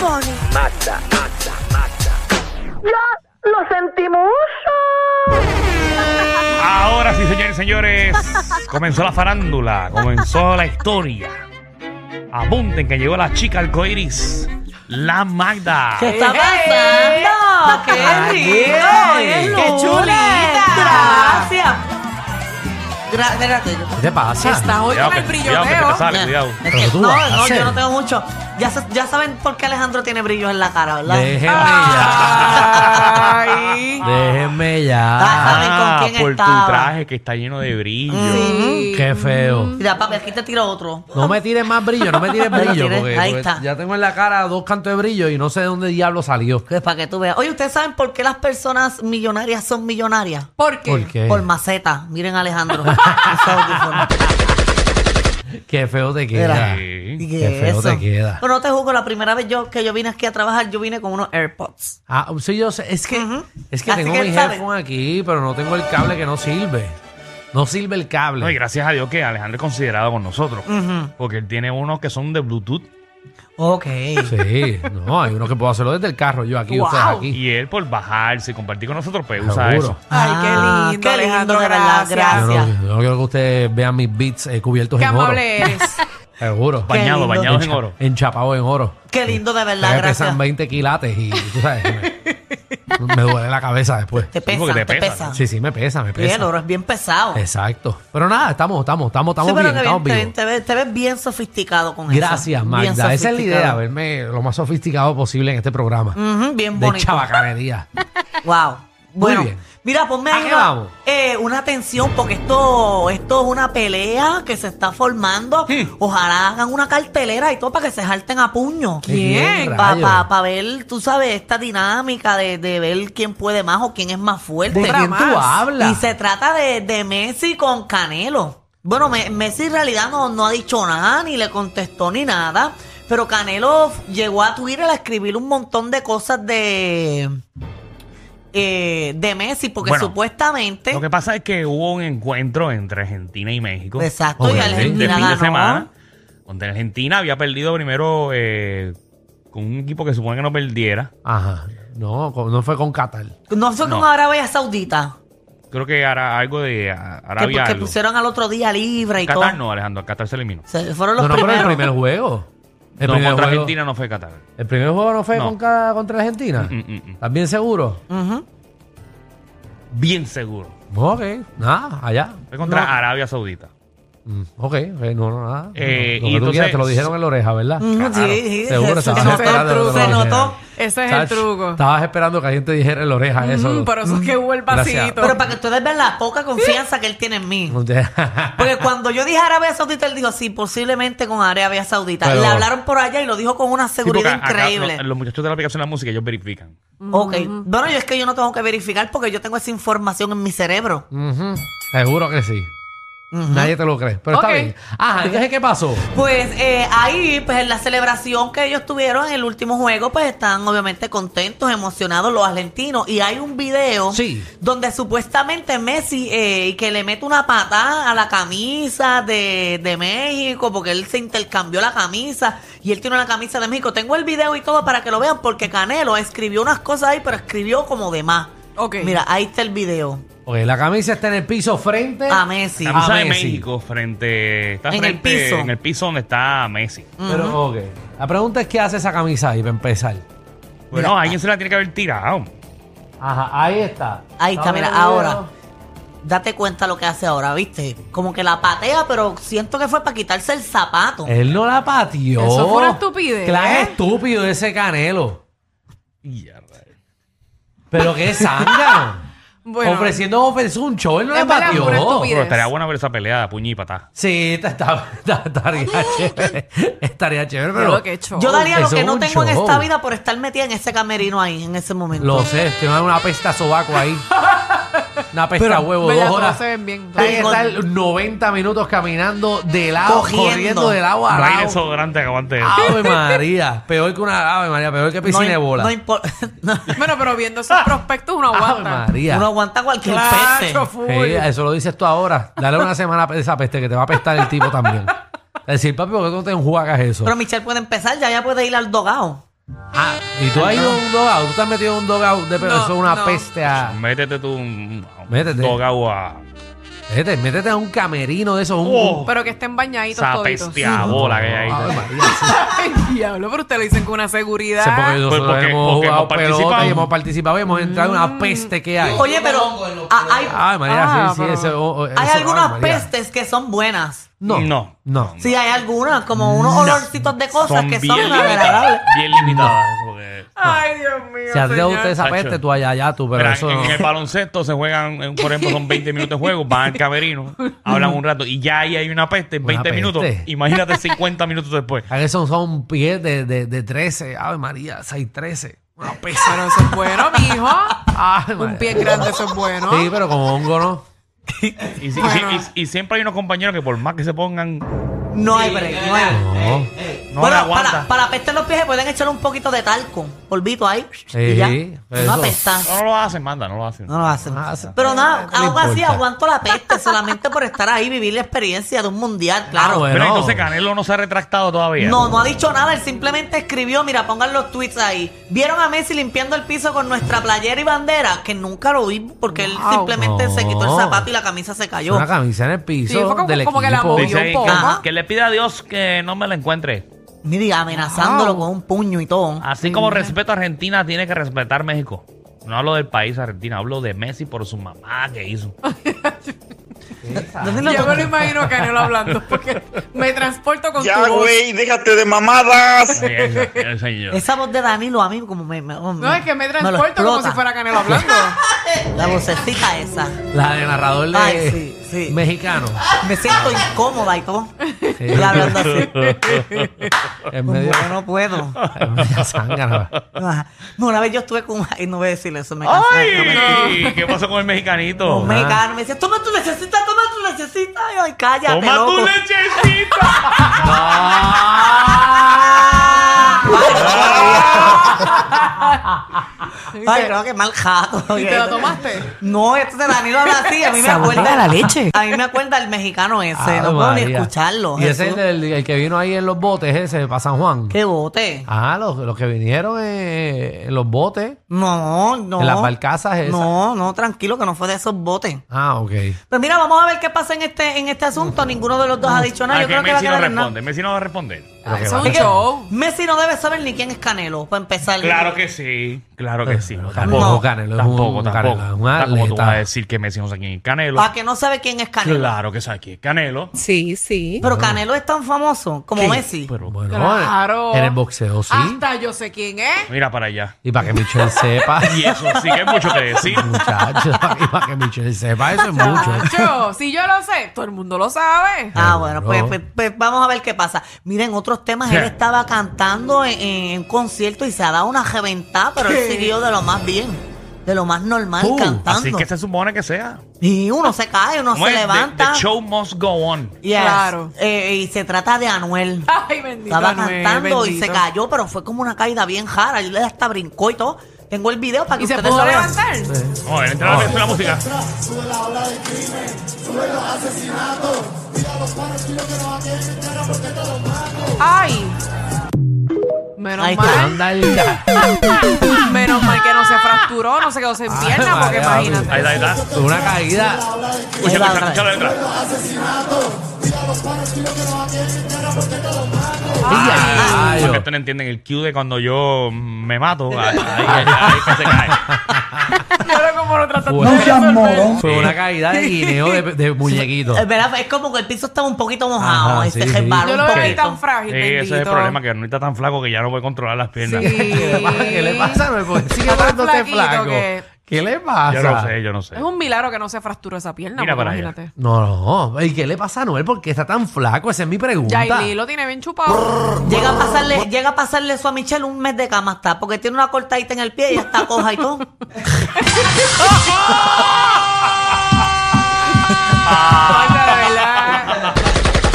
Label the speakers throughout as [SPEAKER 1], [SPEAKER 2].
[SPEAKER 1] pone.
[SPEAKER 2] Mata, mata, mata.
[SPEAKER 3] ¡Ya lo sentimos!
[SPEAKER 4] Ahora sí, señores y señores, comenzó la farándula, comenzó la historia. Apunten que llegó la chica arcoiris, la Magda.
[SPEAKER 1] ¿Qué está pasando? ¡Qué rico! ¡Qué chulita! Gracias. Gra- espérate, yo-
[SPEAKER 5] ¿Qué te pasa?
[SPEAKER 6] Está hoy
[SPEAKER 4] Cuidado
[SPEAKER 6] con
[SPEAKER 4] que-
[SPEAKER 6] el
[SPEAKER 4] cuidado que te
[SPEAKER 6] brilloteo.
[SPEAKER 4] sale, cuidado.
[SPEAKER 1] Es
[SPEAKER 5] Pero
[SPEAKER 1] que-
[SPEAKER 5] tú
[SPEAKER 1] no,
[SPEAKER 5] vas a
[SPEAKER 1] no, yo
[SPEAKER 5] hacer.
[SPEAKER 1] no tengo mucho. Ya, sa- ya saben por qué Alejandro tiene brillos en la Ah. cara, ¿verdad?
[SPEAKER 5] Déjenme
[SPEAKER 6] Ay.
[SPEAKER 5] ya. Déjenme ya.
[SPEAKER 1] Ah, ¿saben con quién
[SPEAKER 4] por
[SPEAKER 1] estaba?
[SPEAKER 4] tu traje que está lleno de brillo. Mm,
[SPEAKER 5] Qué feo.
[SPEAKER 1] Mira, papi, aquí te tiro otro.
[SPEAKER 5] No me tires más brillo, no me tires
[SPEAKER 1] Pero
[SPEAKER 5] brillo.
[SPEAKER 1] tienes-
[SPEAKER 5] Porque,
[SPEAKER 1] ahí
[SPEAKER 5] porque
[SPEAKER 1] está.
[SPEAKER 5] ya tengo en la cara dos cantos de brillo y no sé de dónde diablo salió.
[SPEAKER 1] Que es Pues, para que tú veas. Oye, ¿ustedes saben por qué las personas millonarias son millonarias?
[SPEAKER 6] ¿Por qué?
[SPEAKER 5] ¿Por qué?
[SPEAKER 1] Por maceta. Miren a Alejandro. Ese audífono.
[SPEAKER 5] Qué feo te
[SPEAKER 1] Mira.
[SPEAKER 5] queda.
[SPEAKER 4] Sí.
[SPEAKER 1] ¿Y
[SPEAKER 5] Qué feo te queda.
[SPEAKER 1] Pero no te juzgo, la primera vez yo, que yo vine aquí a trabajar, yo vine con unos AirPods.
[SPEAKER 5] Ah, sí, yo sé. Es que, es que
[SPEAKER 1] Así
[SPEAKER 5] tengo
[SPEAKER 1] que
[SPEAKER 5] mi
[SPEAKER 1] él sabe.
[SPEAKER 5] headphone aquí, pero no tengo el cable que no sirve. No sirve el cable.
[SPEAKER 4] No, y gracias a Dios que Alejandro es considerado con nosotros. Porque él tiene unos que son de Bluetooth.
[SPEAKER 1] Ok.
[SPEAKER 5] Sí, no, hay uno que puedo hacerlo desde el carro, yo aquí, ustedes
[SPEAKER 6] Wow.
[SPEAKER 5] aquí.
[SPEAKER 4] Y él, por bajarse y compartir con nosotros, pues usa
[SPEAKER 5] Seguro.
[SPEAKER 4] eso.
[SPEAKER 6] Ay, qué
[SPEAKER 1] Ah,
[SPEAKER 6] lindo,
[SPEAKER 1] qué lindo,
[SPEAKER 6] Alejandro,
[SPEAKER 1] de verdad,
[SPEAKER 5] Yo
[SPEAKER 6] gracias.
[SPEAKER 5] no,
[SPEAKER 1] gracias.
[SPEAKER 5] yo no quiero que ustedes vean mis beats eh, cubiertos
[SPEAKER 6] Qué
[SPEAKER 5] en oro.
[SPEAKER 6] amable eres.
[SPEAKER 5] Seguro.
[SPEAKER 4] Bañado,
[SPEAKER 1] lindo.
[SPEAKER 4] bañado en
[SPEAKER 5] Encha-
[SPEAKER 4] oro.
[SPEAKER 5] Enchapado en oro.
[SPEAKER 1] Qué lindo, de verdad,
[SPEAKER 5] Todavía
[SPEAKER 1] gracias.
[SPEAKER 5] pesan 20 quilates y tú sabes, me, me duele la cabeza después.
[SPEAKER 1] Te
[SPEAKER 4] Sí, porque
[SPEAKER 1] pesan, te,
[SPEAKER 4] te pesan.
[SPEAKER 1] pesan.
[SPEAKER 5] Sí, sí, me pesa, me
[SPEAKER 1] Sí, el
[SPEAKER 5] pesa.
[SPEAKER 1] oro es bien pesado.
[SPEAKER 5] Exacto. Pero nada, estamos, estamos, estamos,
[SPEAKER 1] Sí,
[SPEAKER 5] estamos
[SPEAKER 1] pero
[SPEAKER 5] bien,
[SPEAKER 1] que
[SPEAKER 5] estamos
[SPEAKER 1] bien, te-
[SPEAKER 5] vivos.
[SPEAKER 1] Te, ves, te ves bien sofisticado con
[SPEAKER 5] Gracias,
[SPEAKER 1] eso.
[SPEAKER 5] Magda. Esa es la idea,
[SPEAKER 1] ver.
[SPEAKER 5] verme lo más sofisticado posible en este programa.
[SPEAKER 1] bien
[SPEAKER 5] De
[SPEAKER 1] Mm, bonito.
[SPEAKER 5] chabacanería.
[SPEAKER 1] Wow.
[SPEAKER 5] Muy
[SPEAKER 1] Bueno,
[SPEAKER 5] bien.
[SPEAKER 1] mira, ponme
[SPEAKER 5] ¿A
[SPEAKER 1] ahí
[SPEAKER 5] qué
[SPEAKER 1] una,
[SPEAKER 5] vamos?
[SPEAKER 1] eh, una atención porque esto, esto es una pelea que se está formando.
[SPEAKER 5] Hmm.
[SPEAKER 1] Ojalá hagan una cartelera y todo para que se jalten a puño.
[SPEAKER 5] ¿Quién?
[SPEAKER 1] Para
[SPEAKER 5] Rayos.
[SPEAKER 1] ver, tú sabes, esta dinámica de, de ver quién puede más o quién es más fuerte.
[SPEAKER 5] ¿De quién tú
[SPEAKER 6] más.
[SPEAKER 5] hablas?
[SPEAKER 1] Y se trata de, de Messi con Canelo. Bueno, Me- Messi en realidad no, no ha dicho nada, ni le contestó ni nada. Pero Canelo llegó a Twitter a escribir un montón de cosas de, eh, de Messi, porque
[SPEAKER 4] Bueno,
[SPEAKER 1] supuestamente.
[SPEAKER 4] Lo que pasa es que hubo un encuentro entre Argentina y México.
[SPEAKER 1] Exacto, y
[SPEAKER 5] Obviamente.
[SPEAKER 4] Este
[SPEAKER 1] Argentina
[SPEAKER 4] fin de
[SPEAKER 1] ganó.
[SPEAKER 4] semana, donde Argentina había perdido primero eh, con un equipo que supone que no perdiera.
[SPEAKER 5] Ajá. No, con- no fue con Qatar.
[SPEAKER 1] No fue con
[SPEAKER 4] No.
[SPEAKER 1] Arabia Saudita,
[SPEAKER 4] Creo que era algo de a-
[SPEAKER 1] que,
[SPEAKER 4] Arabia.
[SPEAKER 1] que
[SPEAKER 4] algo.
[SPEAKER 1] pusieron al otro día libre y
[SPEAKER 4] Qatar
[SPEAKER 1] todo.
[SPEAKER 4] no, Alejandro, Qatar se eliminó.
[SPEAKER 1] Se fueron
[SPEAKER 5] No,
[SPEAKER 1] los
[SPEAKER 5] no, pero el
[SPEAKER 1] primeros.
[SPEAKER 5] primer juego. El
[SPEAKER 4] no,
[SPEAKER 5] primer
[SPEAKER 4] contra
[SPEAKER 5] juego-
[SPEAKER 4] Argentina no fue Qatar.
[SPEAKER 5] ¿El primer juego no fue
[SPEAKER 4] No.
[SPEAKER 5] con cada- contra Argentina?
[SPEAKER 4] Mm, mm, mm.
[SPEAKER 5] ¿Estás bien seguro?
[SPEAKER 1] Ujú.
[SPEAKER 4] Bien seguro.
[SPEAKER 5] Ok, nada, allá.
[SPEAKER 4] Fue contra
[SPEAKER 5] No.
[SPEAKER 4] Arabia Saudita.
[SPEAKER 5] Mm, Ok, ok, no, no, nada.
[SPEAKER 4] Eh,
[SPEAKER 5] Lo
[SPEAKER 4] y
[SPEAKER 5] que tú
[SPEAKER 4] entonces-
[SPEAKER 5] quieras, te lo dijeron en la oreja, ¿verdad?
[SPEAKER 1] Ujú,
[SPEAKER 4] Claro,
[SPEAKER 1] sí, sí,
[SPEAKER 5] seguro,
[SPEAKER 1] se,
[SPEAKER 5] estaba
[SPEAKER 1] se notó,
[SPEAKER 5] esperando que lo
[SPEAKER 1] se
[SPEAKER 5] dijeran.
[SPEAKER 1] notó.
[SPEAKER 6] Ese es el
[SPEAKER 5] Sach,
[SPEAKER 6] truco.
[SPEAKER 5] Estabas esperando que alguien te dijera en la oreja eso.
[SPEAKER 6] Mm, por eso es que hubo el
[SPEAKER 5] Gracias.
[SPEAKER 6] pasito.
[SPEAKER 1] Pero para que ustedes vean la poca confianza que él tiene en mí. Porque cuando yo dije Arabia Saudita, él dijo, sí, posiblemente con Arabia Saudita.
[SPEAKER 5] Pero-
[SPEAKER 1] Le hablaron por allá y lo dijo con una
[SPEAKER 4] Sí, porque
[SPEAKER 1] seguridad
[SPEAKER 4] acá
[SPEAKER 1] increíble.
[SPEAKER 4] lo- los muchachos de la aplicación de la música, ellos verifican.
[SPEAKER 1] Ok. Bueno, yo es que yo no tengo que verificar porque yo tengo esa información en mi cerebro.
[SPEAKER 5] Ujú, Seguro que sí. Nadie te lo cree. Pero
[SPEAKER 6] Ok.
[SPEAKER 5] está bien. Ajá, entonces, ¿qué pasó?
[SPEAKER 1] Pues eh, ahí, pues en la celebración que ellos tuvieron en el último juego, pues están obviamente contentos, emocionados los argentinos. Y hay un video
[SPEAKER 5] Sí.
[SPEAKER 1] donde supuestamente Messi eh, que le mete una patada a la camisa de, de México, porque él se intercambió la camisa y él tiene una camisa de México. Tengo el video y todo para que lo vean, porque Canelo escribió unas cosas ahí, pero escribió como de más.
[SPEAKER 6] Ok.
[SPEAKER 1] Mira, ahí está el video.
[SPEAKER 5] Ok, la camisa está en el piso frente
[SPEAKER 1] A Messi.
[SPEAKER 4] La música
[SPEAKER 5] Ah,
[SPEAKER 4] de
[SPEAKER 5] Messi.
[SPEAKER 4] México frente, está
[SPEAKER 1] En el
[SPEAKER 4] frente-
[SPEAKER 1] piso.
[SPEAKER 4] En el piso donde está Messi.
[SPEAKER 5] Pero, ok. La pregunta es: ¿qué hace esa camisa ahí para empezar?
[SPEAKER 4] Bueno,
[SPEAKER 1] Mira,
[SPEAKER 4] Pues alguien se la tiene que haber tirado.
[SPEAKER 5] Ajá, ahí está.
[SPEAKER 1] Ahí está,
[SPEAKER 5] Dame
[SPEAKER 1] mira,
[SPEAKER 5] el video.
[SPEAKER 1] ahora. Date cuenta lo que hace ahora, ¿viste? Como que la patea, pero siento que fue para quitarse el zapato.
[SPEAKER 5] Él no la pateó.
[SPEAKER 6] Eso fue una estupidez.
[SPEAKER 5] Claro, estúpido ese canelo.
[SPEAKER 4] Y ya, rayos.
[SPEAKER 5] Pero qué zángano.
[SPEAKER 6] Bueno.
[SPEAKER 5] Ofreciendo ofensivo un show, él no
[SPEAKER 6] Es
[SPEAKER 5] la
[SPEAKER 6] verdad, pura
[SPEAKER 5] pateó.
[SPEAKER 6] estupidez.
[SPEAKER 4] Pero estaría buena ver esa pelea de puño y patada.
[SPEAKER 5] Sí, está- está- está- estaría chévere. Estaría chévere,
[SPEAKER 6] Diablo,
[SPEAKER 5] pero.
[SPEAKER 6] qué show.
[SPEAKER 1] Yo daría lo
[SPEAKER 5] oh, Eso
[SPEAKER 1] que
[SPEAKER 5] es
[SPEAKER 1] no
[SPEAKER 5] un
[SPEAKER 1] tengo en
[SPEAKER 5] show.
[SPEAKER 1] esta vida por estar metida en ese camerino ahí, en ese momento.
[SPEAKER 5] Lo sé, tiene una pesta a sobaco ahí. Una pesta a huevo,
[SPEAKER 6] Bella,
[SPEAKER 5] dos
[SPEAKER 6] todos
[SPEAKER 5] horas.
[SPEAKER 6] se ven bien.
[SPEAKER 5] Hay que estar 90 minutos caminando de lado,
[SPEAKER 1] Cogiendo.
[SPEAKER 5] corriendo, del agua a
[SPEAKER 4] No hay
[SPEAKER 5] lado.
[SPEAKER 4] desodorante que aguante eso.
[SPEAKER 5] Ave María, peor que una Ave María, peor que piscina de bola.
[SPEAKER 1] no importa.
[SPEAKER 6] Bueno, pero viendo esos prospectos uno
[SPEAKER 5] Ave
[SPEAKER 6] aguanta.
[SPEAKER 5] María.
[SPEAKER 1] Uno aguanta cualquier peste.
[SPEAKER 6] Claro, full.
[SPEAKER 5] Sí, eso lo dices tú ahora. Dale una semana a esa peste que te va a apestar el tipo también. Decir, papi, ¿por qué tú no te enjuagas eso?
[SPEAKER 1] Pero Michelle puede empezar, ya ya puede ir al dogado.
[SPEAKER 5] Ah, y tú has ido a un dogout, tú te has metido en un dogout de pero
[SPEAKER 6] No,
[SPEAKER 5] eso es una
[SPEAKER 6] no.
[SPEAKER 5] peste
[SPEAKER 1] Ah.
[SPEAKER 5] a.
[SPEAKER 4] Métete tú un, un
[SPEAKER 5] Métete.
[SPEAKER 4] dogao a
[SPEAKER 5] Métete, métete a un camerino de esos. Un,
[SPEAKER 4] Oh,
[SPEAKER 6] Pero que estén bañaditos
[SPEAKER 4] esa
[SPEAKER 5] este
[SPEAKER 6] toditos.
[SPEAKER 4] pesteabola que hay
[SPEAKER 5] Ave
[SPEAKER 4] ahí.
[SPEAKER 5] María, sí.
[SPEAKER 6] Ay, diablo, pero ustedes lo dicen con una seguridad.
[SPEAKER 5] Sí, porque nosotros
[SPEAKER 4] Pues porque-
[SPEAKER 5] hemos
[SPEAKER 4] porque
[SPEAKER 5] jugado
[SPEAKER 4] hemos
[SPEAKER 5] pelota
[SPEAKER 4] participado.
[SPEAKER 5] y hemos participado y hemos entrado en una peste que hay.
[SPEAKER 1] Oye, pero ah, hay,
[SPEAKER 5] Ay, María,
[SPEAKER 6] Ah,
[SPEAKER 5] sí, sí,
[SPEAKER 6] pero-
[SPEAKER 5] eso- o- o- eso-
[SPEAKER 1] hay
[SPEAKER 5] ay,
[SPEAKER 1] algunas
[SPEAKER 5] María.
[SPEAKER 1] pestes que son buenas.
[SPEAKER 5] No,
[SPEAKER 4] No.
[SPEAKER 5] no, no.
[SPEAKER 1] Sí, hay algunas, como unos olorcitos de cosas que son
[SPEAKER 4] limitadas.
[SPEAKER 1] agradables.
[SPEAKER 4] Bien limitadas. porque-
[SPEAKER 6] Ay, Dios mío.
[SPEAKER 5] Si a ti te
[SPEAKER 6] señor.
[SPEAKER 5] gusta esa
[SPEAKER 4] Sacho.
[SPEAKER 5] peste, tú allá, allá, tú, pero
[SPEAKER 4] Mira,
[SPEAKER 5] eso
[SPEAKER 4] en,
[SPEAKER 5] no.
[SPEAKER 4] el baloncesto se juegan, eh, por ejemplo, son 20 minutos de juego, van al camerino, hablan un rato y ya ahí hay una peste en
[SPEAKER 5] Una
[SPEAKER 4] 20 minutos.
[SPEAKER 5] peste.
[SPEAKER 4] Imagínate 50 minutos después.
[SPEAKER 5] A veces son pies de, de, de 13. Ave María, 6, 13. Una peste.
[SPEAKER 6] Pero eso es Pues, bueno, mijo.
[SPEAKER 5] Ay,
[SPEAKER 6] Un
[SPEAKER 5] María.
[SPEAKER 6] pie grande, eso es bueno.
[SPEAKER 5] Sí, pero como hongo no.
[SPEAKER 4] Y, si- y si-
[SPEAKER 6] Bueno.
[SPEAKER 4] y- y siempre hay unos compañeros que por más que se pongan, no
[SPEAKER 1] No hay break, no hay break.
[SPEAKER 5] No.
[SPEAKER 4] le
[SPEAKER 1] bueno, para,
[SPEAKER 4] aguanta.
[SPEAKER 1] para apestar los pies se pueden echar un poquito de talco, polvito ahí. y
[SPEAKER 5] Sí,
[SPEAKER 1] ya.
[SPEAKER 5] pero
[SPEAKER 1] No
[SPEAKER 5] eso-
[SPEAKER 1] apesta.
[SPEAKER 4] No, no lo hacen, manda, no lo hacen.
[SPEAKER 1] No lo hacen.
[SPEAKER 5] No lo hacen.
[SPEAKER 1] Pero nada,
[SPEAKER 5] No le
[SPEAKER 1] aún así
[SPEAKER 5] importa.
[SPEAKER 1] aguanto la peste solamente por estar ahí, vivir la experiencia de un mundial, claro.
[SPEAKER 5] Ah, bueno.
[SPEAKER 4] Pero
[SPEAKER 5] no.
[SPEAKER 4] entonces Canelo no se ha retractado todavía.
[SPEAKER 1] No, no ha dicho nada, él simplemente escribió, mira, pongan los tweets ahí. ¿Vieron a Messi limpiando el piso con nuestra playera y bandera? Que nunca lo vi porque él
[SPEAKER 6] Wow.
[SPEAKER 1] simplemente se quitó el
[SPEAKER 5] No.
[SPEAKER 1] zapato y la camisa se cayó.
[SPEAKER 5] Una camisa en el piso.
[SPEAKER 6] Sí, fue como-
[SPEAKER 5] del
[SPEAKER 6] como que la
[SPEAKER 5] equipo.
[SPEAKER 6] movió.
[SPEAKER 4] Dice
[SPEAKER 6] un
[SPEAKER 4] ahí
[SPEAKER 6] poco.
[SPEAKER 4] que,
[SPEAKER 1] Ajá.
[SPEAKER 4] que le pida a Dios que no me la encuentre.
[SPEAKER 1] Mira, amenazándolo con un puño y todo.
[SPEAKER 5] Ah,
[SPEAKER 4] Así como respeto a Argentina, tiene que respetar México. No hablo del país Argentina, hablo de Messi por su mamá que hizo.
[SPEAKER 1] ¿Dónde lo
[SPEAKER 6] Yo me lo
[SPEAKER 1] tomó?
[SPEAKER 6] imagino a Canelo hablando porque me transporto con
[SPEAKER 7] Ya,
[SPEAKER 6] tu voz.
[SPEAKER 7] güey, déjate de mamadas.
[SPEAKER 4] Sí, esa- esa señora.
[SPEAKER 1] Esa voz de Danilo a mí como me... me-
[SPEAKER 6] No, es que me
[SPEAKER 1] lo
[SPEAKER 6] transporto como
[SPEAKER 1] explota.
[SPEAKER 6] si fuera Canelo hablando.
[SPEAKER 1] La vocecita esa.
[SPEAKER 5] La de narrador de
[SPEAKER 1] Ay, sí, sí.
[SPEAKER 5] mexicano.
[SPEAKER 1] Me siento incómoda y todo.
[SPEAKER 5] Sí.
[SPEAKER 1] Y hablando así.
[SPEAKER 5] En
[SPEAKER 1] Como
[SPEAKER 5] medio
[SPEAKER 1] que no puedo.
[SPEAKER 5] en medio zángana.
[SPEAKER 1] Ajá. No, una vez yo estuve con... Ay, no voy a decirle eso, me cansé. No me-
[SPEAKER 4] ¡Ay! ¿Qué pasó con el
[SPEAKER 1] Los
[SPEAKER 4] mexicanito?
[SPEAKER 1] mexicanos me decían, toma tu lechecita, toma tu lechecita. Ay, ay, cállate,
[SPEAKER 4] ¡Toma
[SPEAKER 1] loco.
[SPEAKER 4] tu lechecita!
[SPEAKER 1] Ah, ay, ay, no, qué mal jato.
[SPEAKER 6] ¿Y te la tomaste?
[SPEAKER 1] No, este entonces Danilo habla así, a mí me acuerda la leche. A mí me acuerda el mexicano ese,
[SPEAKER 5] Ave
[SPEAKER 1] no puedo ni
[SPEAKER 5] Ah, María.
[SPEAKER 1] escucharlo.
[SPEAKER 5] Y ese es
[SPEAKER 1] Jesús.
[SPEAKER 5] el, del- el que vino ahí en los botes, ese, para San Juan.
[SPEAKER 1] Qué bote.
[SPEAKER 5] Ah, los, los que vinieron eh, en los botes.
[SPEAKER 1] No, no.
[SPEAKER 5] En las barcazas esas.
[SPEAKER 1] No, no, tranquilo, que no fue de esos botes.
[SPEAKER 5] Ah, ok.
[SPEAKER 1] Pues mira, vamos a ver qué pasa en este, en este asunto. Ninguno de los dos ha dicho nada.
[SPEAKER 4] Ah,
[SPEAKER 1] Yo
[SPEAKER 4] que
[SPEAKER 1] creo que va a
[SPEAKER 4] Messi no
[SPEAKER 1] quedar en nada.
[SPEAKER 4] responde, Messi no va a responder.
[SPEAKER 5] Pero
[SPEAKER 6] Eso
[SPEAKER 5] que
[SPEAKER 6] es
[SPEAKER 5] va.
[SPEAKER 6] un show.
[SPEAKER 1] Messi no debe saber ni quién es Canelo, para empezar.
[SPEAKER 4] Claro que sí, claro que sí.
[SPEAKER 5] Pero
[SPEAKER 4] Tampoco,
[SPEAKER 5] Canelo, Canelo es
[SPEAKER 4] tampoco,
[SPEAKER 5] un-
[SPEAKER 4] tampoco.
[SPEAKER 5] Canelo es un
[SPEAKER 4] Tampoco tú
[SPEAKER 5] atleta.
[SPEAKER 4] vas a decir que Messi no sabe quién es Canelo.
[SPEAKER 1] ¿A que no sabe quién es Ah, Canelo?
[SPEAKER 4] Claro que sabe quién es Canelo.
[SPEAKER 6] Sí, sí.
[SPEAKER 1] Pero Canelo es tan famoso como Messi.
[SPEAKER 4] Pero
[SPEAKER 5] Bueno, eh,
[SPEAKER 6] Claro.
[SPEAKER 5] en el boxeo sí.
[SPEAKER 6] Hasta yo sé quién es.
[SPEAKER 4] mira para allá.
[SPEAKER 5] Y para que Michelle sepa.
[SPEAKER 4] Y eso sí que es mucho que decir.
[SPEAKER 5] Muchacho, y para que Michelle sepa, eso es mucho. eh.
[SPEAKER 6] Chacho, si yo lo sé, todo el mundo lo sabe.
[SPEAKER 1] Ah, bueno, pues,
[SPEAKER 5] no.
[SPEAKER 1] pues- pues vamos a ver qué pasa. Miren, otros temas, él estaba cantando en, en un concierto y se ha dado una reventada, pero él
[SPEAKER 6] Sí.
[SPEAKER 1] siguió de lo más bien, de lo más normal
[SPEAKER 5] Uh,
[SPEAKER 1] cantando.
[SPEAKER 4] Así que se supone que sea.
[SPEAKER 1] Y uno se cae, uno
[SPEAKER 4] No
[SPEAKER 1] se
[SPEAKER 4] es- the-
[SPEAKER 1] levanta.
[SPEAKER 4] The show must go on.
[SPEAKER 1] Yes.
[SPEAKER 6] Claro.
[SPEAKER 1] Eh, y se trata de Anuel.
[SPEAKER 6] Ay, bendito.
[SPEAKER 1] Estaba
[SPEAKER 6] Anuel,
[SPEAKER 1] cantando y
[SPEAKER 6] bendito.
[SPEAKER 1] se cayó, pero fue como una caída bien jara. Él hasta brincó y todo. Tengo el video para que
[SPEAKER 6] ¿Y se
[SPEAKER 1] ustedes
[SPEAKER 6] pudo
[SPEAKER 1] lo vean.
[SPEAKER 6] levantar?
[SPEAKER 4] No, él entra a
[SPEAKER 1] Oh.
[SPEAKER 4] la, la música.
[SPEAKER 6] Ay. Menos
[SPEAKER 1] Ahí está.
[SPEAKER 6] mal.
[SPEAKER 5] Anda el ya.
[SPEAKER 6] Menos mal que no se fracturó, no se quedó sin
[SPEAKER 5] Ah,
[SPEAKER 6] pierna, porque
[SPEAKER 5] María,
[SPEAKER 6] imagínate.
[SPEAKER 4] Ahí está, ahí está.
[SPEAKER 5] Una caída.
[SPEAKER 4] Escucha,
[SPEAKER 1] Ahí va
[SPEAKER 4] escucha,
[SPEAKER 1] Ah. otra
[SPEAKER 4] escucha la letra.
[SPEAKER 5] Ay,
[SPEAKER 4] Porque ustedes no entienden el cue de cuando yo me mato. Ahí, ahí- ahí que se cae.
[SPEAKER 6] Yo no como lo trataste
[SPEAKER 5] Bueno.
[SPEAKER 6] de resolver.
[SPEAKER 5] Fue una caída de guineo de, de muñequito.
[SPEAKER 1] Es verdad, es como que el piso estaba un poquito mojado.
[SPEAKER 5] Ajá,
[SPEAKER 1] y se
[SPEAKER 5] sí, sí.
[SPEAKER 1] resbaló
[SPEAKER 6] Yo
[SPEAKER 1] un
[SPEAKER 6] lo veo ahí
[SPEAKER 1] poquito.
[SPEAKER 6] tan
[SPEAKER 4] Sí,
[SPEAKER 6] frágil,
[SPEAKER 4] ese es el
[SPEAKER 6] bendito.
[SPEAKER 4] problema, que no está tan flaco que ya no puede controlar las piernas.
[SPEAKER 5] ¿Qué le pasa? ¿Qué le pasa? No, ¿Por qué sigue
[SPEAKER 6] Está más
[SPEAKER 5] tratándote
[SPEAKER 6] flaquito
[SPEAKER 5] flaco?
[SPEAKER 6] que-
[SPEAKER 5] ¿Qué le pasa?
[SPEAKER 4] Yo no sé, yo no sé.
[SPEAKER 6] Es un milagro que no se fracturó esa pierna,
[SPEAKER 4] Mira
[SPEAKER 6] porque
[SPEAKER 4] para allá.
[SPEAKER 6] imagínate.
[SPEAKER 5] No, no. ¿Y qué le pasa a Noel? ¿Por qué está tan flaco? Esa es mi pregunta.
[SPEAKER 6] Yailin lo tiene bien chupado.
[SPEAKER 1] Llega a pasarle, llega a pasarle eso a Michelle un mes de cama está, porque tiene una cortadita en el pie y está coja y todo.
[SPEAKER 6] Ay, de verdad.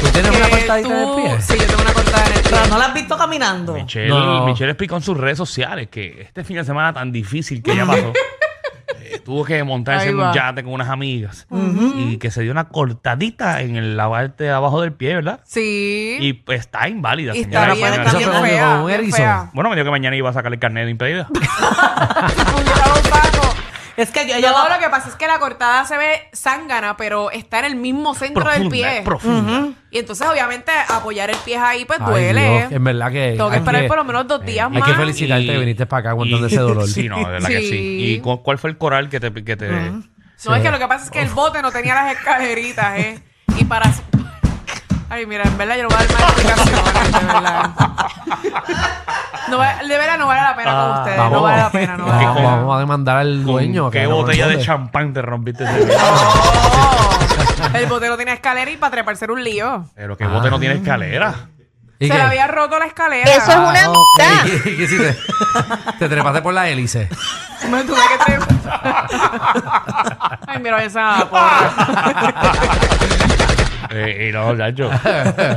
[SPEAKER 5] ¿Tú tienes una
[SPEAKER 6] Que
[SPEAKER 5] cortadita en el
[SPEAKER 6] tú-
[SPEAKER 5] pie?
[SPEAKER 6] Sí, yo tengo una cortada en el pie.
[SPEAKER 1] Pero no la has visto caminando.
[SPEAKER 4] Michelle,
[SPEAKER 5] No.
[SPEAKER 4] Michelle explicó en sus redes sociales que este fin de semana tan difícil que ya pasó. eh, tuvo que montarse
[SPEAKER 6] Ahí
[SPEAKER 4] en un
[SPEAKER 6] va.
[SPEAKER 4] yate con unas amigas y que se dio una cortadita en el, la parte de abajo del pie, ¿verdad?
[SPEAKER 6] Sí.
[SPEAKER 4] Y pues, está inválida,
[SPEAKER 6] Y
[SPEAKER 4] señora.
[SPEAKER 6] está bien,
[SPEAKER 4] Bueno,
[SPEAKER 6] está
[SPEAKER 5] Eso
[SPEAKER 6] bien
[SPEAKER 5] fue como
[SPEAKER 6] fea.
[SPEAKER 5] un
[SPEAKER 6] bien
[SPEAKER 5] erizo.
[SPEAKER 6] fea.
[SPEAKER 4] Bueno, me dijo que mañana iba a sacar el carnet de impedida.
[SPEAKER 6] Publicaba un taco.
[SPEAKER 1] Es que yo, ella
[SPEAKER 6] No,
[SPEAKER 1] va-
[SPEAKER 6] lo que pasa es que la cortada se ve zángana, pero está en el mismo centro del
[SPEAKER 4] profunda,
[SPEAKER 6] pie.
[SPEAKER 4] es profunda.
[SPEAKER 6] Y entonces, obviamente, apoyar el pie ahí, pues
[SPEAKER 5] Ay,
[SPEAKER 6] duele.
[SPEAKER 5] Dios, en verdad que.
[SPEAKER 6] Tengo que
[SPEAKER 5] hay
[SPEAKER 6] esperar por lo menos dos días
[SPEAKER 5] hay
[SPEAKER 6] más.
[SPEAKER 5] que felicitarte que viniste para acá aguantando
[SPEAKER 4] y-
[SPEAKER 5] ese dolor.
[SPEAKER 4] Sí, no, de verdad que sí.
[SPEAKER 6] Sí.
[SPEAKER 4] ¿Y cu- cuál fue el coral que te... Que te
[SPEAKER 6] No, es que lo que pasa es que el bote no tenía las escaleritas, ¿eh? Y para... Ay, mira, en verdad yo no voy a dar más explicaciones, de verdad. No va- de verdad no vale la pena con ustedes, no vale la pena, no
[SPEAKER 5] Ah, Vamos,
[SPEAKER 6] vale la pena.
[SPEAKER 5] vamos a demandar al
[SPEAKER 4] ¿Con
[SPEAKER 5] dueño.
[SPEAKER 4] ¿Qué
[SPEAKER 5] que no
[SPEAKER 4] botella de
[SPEAKER 5] responde.
[SPEAKER 4] champán te rompiste? ese-
[SPEAKER 6] No. Oh. El bote no tenía escalera y para treparse era un lío.
[SPEAKER 4] Pero que bote no
[SPEAKER 5] Ah.
[SPEAKER 4] tiene escalera.
[SPEAKER 5] ¿Y
[SPEAKER 6] Se
[SPEAKER 5] qué?
[SPEAKER 6] le había roto la escalera.
[SPEAKER 3] Eso es una
[SPEAKER 5] Ah,
[SPEAKER 3] amistad.
[SPEAKER 5] ok. ¿Qué hiciste? Te trepaste por la hélice.
[SPEAKER 6] Me tuve que traer. Ay, mira esa porra.
[SPEAKER 4] Eh, y no, chacho.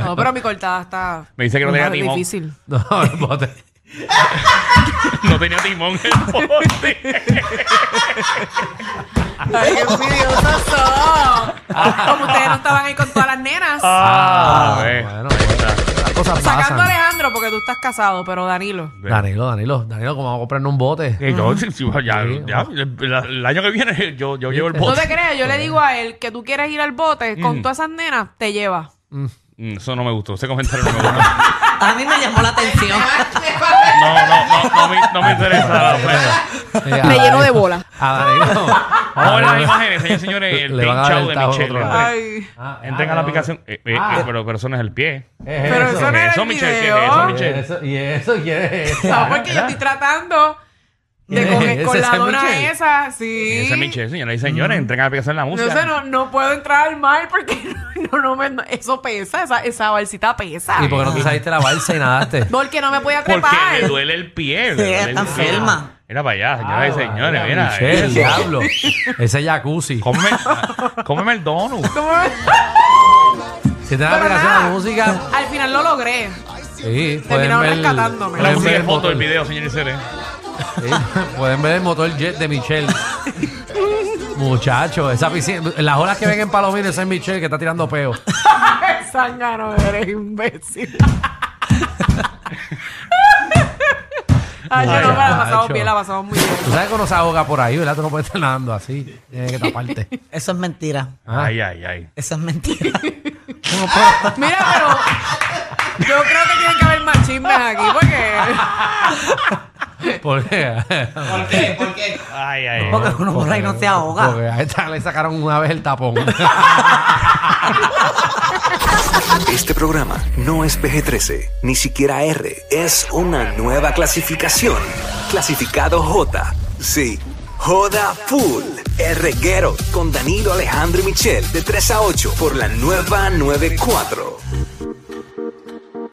[SPEAKER 6] No, pero mi cortada está.
[SPEAKER 4] Me dice que no
[SPEAKER 6] está
[SPEAKER 4] tenía timón.
[SPEAKER 6] difícil.
[SPEAKER 5] No, el bote.
[SPEAKER 4] No tenía timón el bote.
[SPEAKER 6] Ay, qué envidiosos son. Como ustedes no estaban ahí con todas las nenas.
[SPEAKER 4] Ah, ve.
[SPEAKER 5] bueno, las cosas
[SPEAKER 6] Sacando a
[SPEAKER 5] pasan.
[SPEAKER 6] Alejandro porque tú estás casado, pero Danilo.
[SPEAKER 5] Danilo, Danilo, Danilo, ¿cómo vamos a comprarnos un bote?
[SPEAKER 4] Que yo, si- si- ya,
[SPEAKER 5] Sí,
[SPEAKER 4] ya, la- el año que viene yo, yo llevo el
[SPEAKER 6] No
[SPEAKER 4] bote.
[SPEAKER 6] te creas, yo le digo a él que tú quieres ir al bote con todas esas nenas, te lleva.
[SPEAKER 4] Mm, Eso no me gustó, ese comentario no me gustó.
[SPEAKER 1] a mí me llamó la atención.
[SPEAKER 4] No, no, no, no, me, no me interesa la ofensa.
[SPEAKER 5] Eh, a
[SPEAKER 6] Me lleno
[SPEAKER 5] Danilo-
[SPEAKER 6] de bola.
[SPEAKER 5] A Danilo.
[SPEAKER 4] Vamos a
[SPEAKER 5] Ah,
[SPEAKER 4] ver las imágenes, señores, señores. El
[SPEAKER 5] Le van a dar
[SPEAKER 4] pinchado
[SPEAKER 5] el
[SPEAKER 4] de
[SPEAKER 5] tajo
[SPEAKER 4] Michelle.
[SPEAKER 5] otro lado.
[SPEAKER 4] hombre.
[SPEAKER 6] Ay.
[SPEAKER 5] Ah,
[SPEAKER 4] Entren
[SPEAKER 5] ah,
[SPEAKER 4] a la
[SPEAKER 5] no.
[SPEAKER 4] aplicación. Eh, eh,
[SPEAKER 5] Ah.
[SPEAKER 4] eh, pero, pero eso no es el pie.
[SPEAKER 5] ¿Qué es
[SPEAKER 6] Pero
[SPEAKER 5] eso?
[SPEAKER 6] eso no
[SPEAKER 4] ¿Qué es
[SPEAKER 6] era
[SPEAKER 4] eso,
[SPEAKER 6] el
[SPEAKER 4] Michelle? ¿Qué es
[SPEAKER 6] video.
[SPEAKER 4] eso,
[SPEAKER 5] ¿Qué
[SPEAKER 4] Michelle?
[SPEAKER 5] es eso? ¿Y eso quién es?
[SPEAKER 6] No, porque yo estoy tratando de
[SPEAKER 5] ¿Ese-
[SPEAKER 6] coger con
[SPEAKER 5] ese
[SPEAKER 6] la
[SPEAKER 5] es
[SPEAKER 6] dona
[SPEAKER 5] Michelle?
[SPEAKER 6] esa. Sí.
[SPEAKER 4] Ese es Michelle, señoras y
[SPEAKER 5] Mm.
[SPEAKER 4] señores. Entren a la aplicación de la
[SPEAKER 6] No
[SPEAKER 4] música.
[SPEAKER 6] sé, no, no puedo entrar al mar porque no, no, me, no- eso pesa, esa, esa balsita pesa.
[SPEAKER 5] ¿Y por qué no te saliste la balsa y nadaste?
[SPEAKER 6] Porque no me podía
[SPEAKER 4] Porque
[SPEAKER 6] trepar.
[SPEAKER 4] le duele el pie. le
[SPEAKER 1] Sí,
[SPEAKER 4] duele
[SPEAKER 1] está
[SPEAKER 4] el pie.
[SPEAKER 1] enferma.
[SPEAKER 4] Mira para allá,
[SPEAKER 6] Ah,
[SPEAKER 4] señoras y señores.
[SPEAKER 5] Ay,
[SPEAKER 4] Mira.
[SPEAKER 5] Michelle,
[SPEAKER 4] eso.
[SPEAKER 5] diablo. Ese jacuzzi.
[SPEAKER 4] Cómeme, cómeme el donut.
[SPEAKER 6] ¿Cómo me-
[SPEAKER 5] Si te da
[SPEAKER 6] Pero
[SPEAKER 5] aplicación a
[SPEAKER 6] nada,
[SPEAKER 5] la música,
[SPEAKER 6] Al final lo logré.
[SPEAKER 5] sí, pueden
[SPEAKER 6] Terminaron
[SPEAKER 5] ver.
[SPEAKER 6] rescatándome.
[SPEAKER 4] La
[SPEAKER 5] Pueden
[SPEAKER 4] música
[SPEAKER 5] ver,
[SPEAKER 4] es
[SPEAKER 5] el
[SPEAKER 4] foto
[SPEAKER 5] motor,
[SPEAKER 4] del video, señores y señores.
[SPEAKER 5] sí, pueden ver el motor jet de Michelle. Muchacho, esa piscina, las olas que ven en Palomino, ese es Michelle que está tirando peo.
[SPEAKER 6] Sangano, eres imbécil. Ay, yo no, pero la pasamos
[SPEAKER 5] Muchacho.
[SPEAKER 6] bien, la pasamos muy bien.
[SPEAKER 5] Tú sabes que uno se ahoga por ahí, ¿verdad? Tú no puedes estar nadando así. Tienes que taparte.
[SPEAKER 1] Eso es mentira.
[SPEAKER 5] Ah.
[SPEAKER 4] Ay, ay, ay.
[SPEAKER 1] Eso es mentira.
[SPEAKER 5] Tú no puedes-
[SPEAKER 6] Mira, pero yo creo que tiene que haber más chismes aquí porque
[SPEAKER 5] ¿Por qué?
[SPEAKER 4] Ay, ay.
[SPEAKER 1] Porque uno por ahí no se ahoga.
[SPEAKER 5] Porque a esta le sacaron una vez el tapón.
[SPEAKER 2] Este programa no es PG-13, ni siquiera R. Es una nueva clasificación. Clasificado J. Sí. Joda Full. El reguero con Danilo Alejandro y Michel de 3 a 8 por la nueva 94.